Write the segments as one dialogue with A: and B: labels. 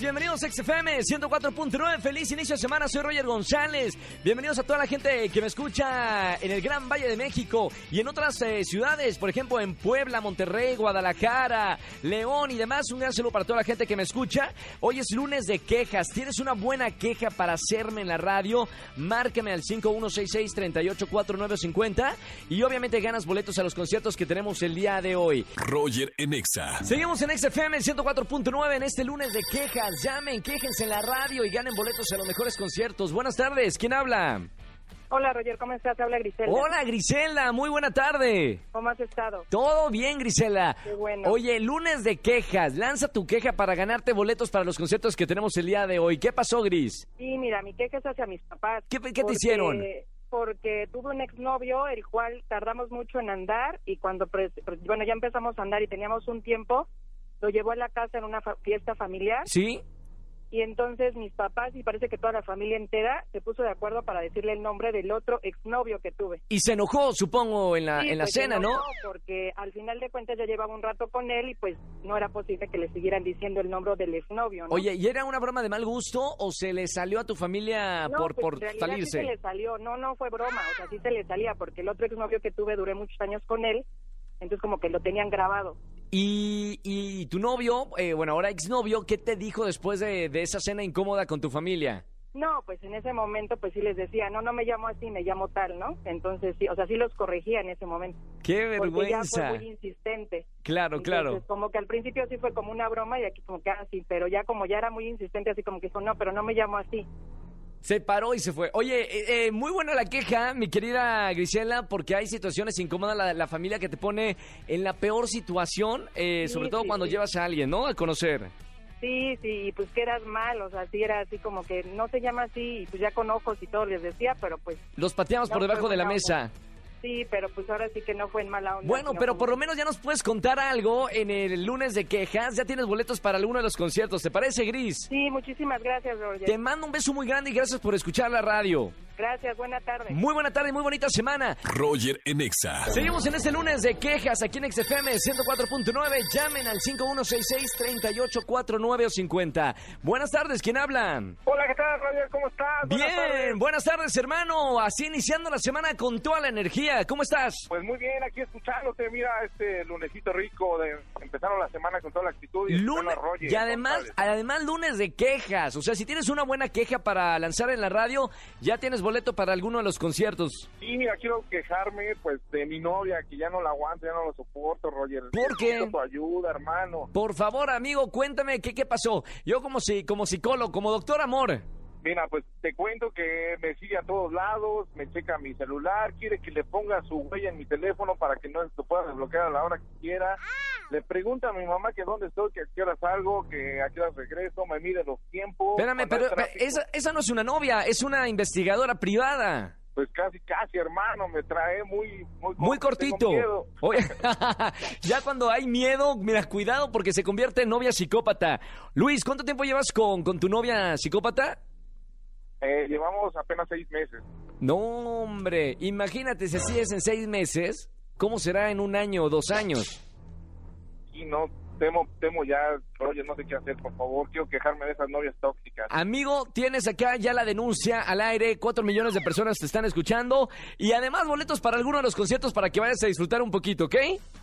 A: bienvenidos a XFM 104.9, feliz inicio de semana, soy Roger González, bienvenidos a toda la gente que me escucha en el Gran Valle de México y en otras eh, ciudades, por ejemplo en Puebla, Monterrey, Guadalajara, León y demás, un gran saludo para toda la gente que me escucha, hoy es lunes de quejas, tienes una buena queja para hacerme en la radio, márcame al 5166-384950 y obviamente ganas boletos a los conciertos que tenemos el día de hoy.
B: Roger en Exa.
A: Seguimos en XFM 104.9 en este lunes de quejas llamen, quéjense en la radio y ganen boletos a los mejores conciertos. Buenas tardes, ¿quién habla?
C: Hola Roger, ¿cómo estás? Habla Griselda.
A: Hola Griselda, muy buena tarde.
C: ¿Cómo has estado?
A: Todo bien Griselda.
C: Qué bueno.
A: Oye, lunes de quejas, lanza tu queja para ganarte boletos para los conciertos que tenemos el día de hoy. ¿Qué pasó Gris?
C: Sí, mira, mi queja es hacia mis papás.
A: ¿Qué, qué te hicieron?
C: Porque tuve un exnovio, el cual tardamos mucho en andar y cuando, pre- pre- bueno, ya empezamos a andar y teníamos un tiempo, lo llevó a la casa en una fa- fiesta familiar
A: Sí.
C: y entonces mis papás y parece que toda la familia entera se puso de acuerdo para decirle el nombre del otro exnovio que tuve.
A: Y se enojó, supongo, en la,
C: Sí,
A: Ah, en la
C: pues,
A: cena,
C: no,
A: ¿no?
C: Porque al final de cuentas ya llevaba un rato con él y pues no era posible que le siguieran diciendo el nombre del exnovio, ¿no?
A: Oye, ¿y era una broma de mal gusto o se le salió a tu familia
C: No,
A: por,
C: pues,
A: por
C: en realidad
A: salirse?
C: Sí se le salió, no, no fue broma, o sea, sí se le salía, porque el otro exnovio que tuve duré muchos años con él, entonces como que lo tenían grabado.
A: Y, y tu novio, eh, bueno, ahora exnovio, ¿qué te dijo después de, de esa cena incómoda con tu familia?
C: No, pues en ese momento pues sí les decía, no, no me llamo así, me llamo tal, ¿no? Entonces sí, o sea, sí los corregía en ese momento.
A: ¡Qué
C: Porque ya
A: vergüenza!
C: fue muy insistente.
A: Claro, claro.
C: Entonces, como que al principio sí fue como una broma y aquí como que así, pero ya como ya era muy insistente, así como que dijo, no, pero no me llamo así.
A: Se paró y se fue. Oye, eh, eh, muy buena la queja, mi querida Grisela, porque hay situaciones incómodas, la, la familia que te pone en la peor situación, eh,
C: Sí,
A: sobre todo
C: sí,
A: cuando
C: sí.
A: llevas a alguien, ¿no? A conocer.
C: Sí, sí, y pues que eras mal, o sea, sí era así como que no se llama así, y pues ya con ojos y todo les decía, pero pues
A: Los pateamos
C: No,
A: por debajo
C: pues,
A: de la
C: no,
A: mesa.
C: Sí, pero pues ahora sí que no fue en mala onda.
A: Bueno,
C: sino
A: pero
C: como-
A: por lo menos ya nos puedes contar algo en el lunes de quejas. Ya tienes boletos para alguno de los conciertos. ¿Te parece, Gris?
C: Sí, muchísimas gracias, Roger.
A: Te mando un beso muy grande y gracias por escuchar la radio.
C: Gracias, buena tarde.
A: Muy buena tarde y muy bonita semana.
B: Roger en Exa.
A: Seguimos en este lunes de quejas aquí en XFM 104.9. Llamen al 5166-3849 o 50. Buenas tardes, ¿quién habla?
D: Hola, ¿qué tal, Roger? ¿Cómo estás? Buenas
A: Bien,
D: tardes.
A: buenas tardes, hermano. Así iniciando la semana con toda la energía. ¿Cómo estás?
D: Pues muy bien, aquí escuchándote. Mira, este lunesito rico. De, empezaron la semana con toda la actitud. Y escuchando
A: Lunes,
D: a Roger
A: y además,
D: González.
A: además lunes de quejas. O sea, si tienes una buena queja para lanzar en la radio, ya tienes boleto para alguno de los conciertos.
D: Sí, mira, quiero quejarme pues de mi novia, que ya no la aguanto, ya no lo soporto, Roger.
A: ¿Por qué?
D: Necesito tu ayuda, hermano.
A: Por favor, amigo, cuéntame qué, qué pasó. Yo como, si, como psicólogo, como doctor amor.
D: Mira, pues te cuento que me sigue a todos lados, me checa mi celular, quiere que le ponga su huella en mi teléfono para que no se pueda desbloquear a la hora que quiera. Le pregunta a mi mamá que dónde estoy, que a qué hora salgo, que a qué hora regreso, me mide los tiempos.
A: Espérame,
D: cuando
A: pero
D: hay
A: pero
D: tráfico.
A: esa, esa no es una novia, es una investigadora privada.
D: Pues casi, casi, hermano, me trae muy... Muy,
A: Muy
D: corto,
A: cortito.
D: tengo miedo.
A: Oye, ya cuando hay miedo, mira, cuidado porque se convierte en novia psicópata. Luis, ¿cuánto tiempo llevas con, con tu novia psicópata?
D: Eh, llevamos apenas seis meses.
A: No, hombre, imagínate si así es en seis meses, ¿cómo será en un año o dos años?
D: Y no, temo, temo ya, Roger, no sé qué hacer, por favor. Quiero quejarme de esas novias tóxicas.
A: Ah. Amigo, tienes acá ya la denuncia al aire, cuatro millones de personas te están escuchando y además boletos para alguno de los conciertos para que vayas a disfrutar un poquito, ¿ok?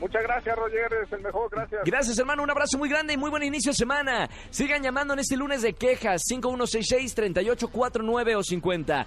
D: Muchas gracias, Roger, es el mejor, gracias.
A: Gracias, hermano. Un abrazo muy grande y muy buen inicio de semana. Sigan llamando en este lunes de quejas 5166-3849 o 50.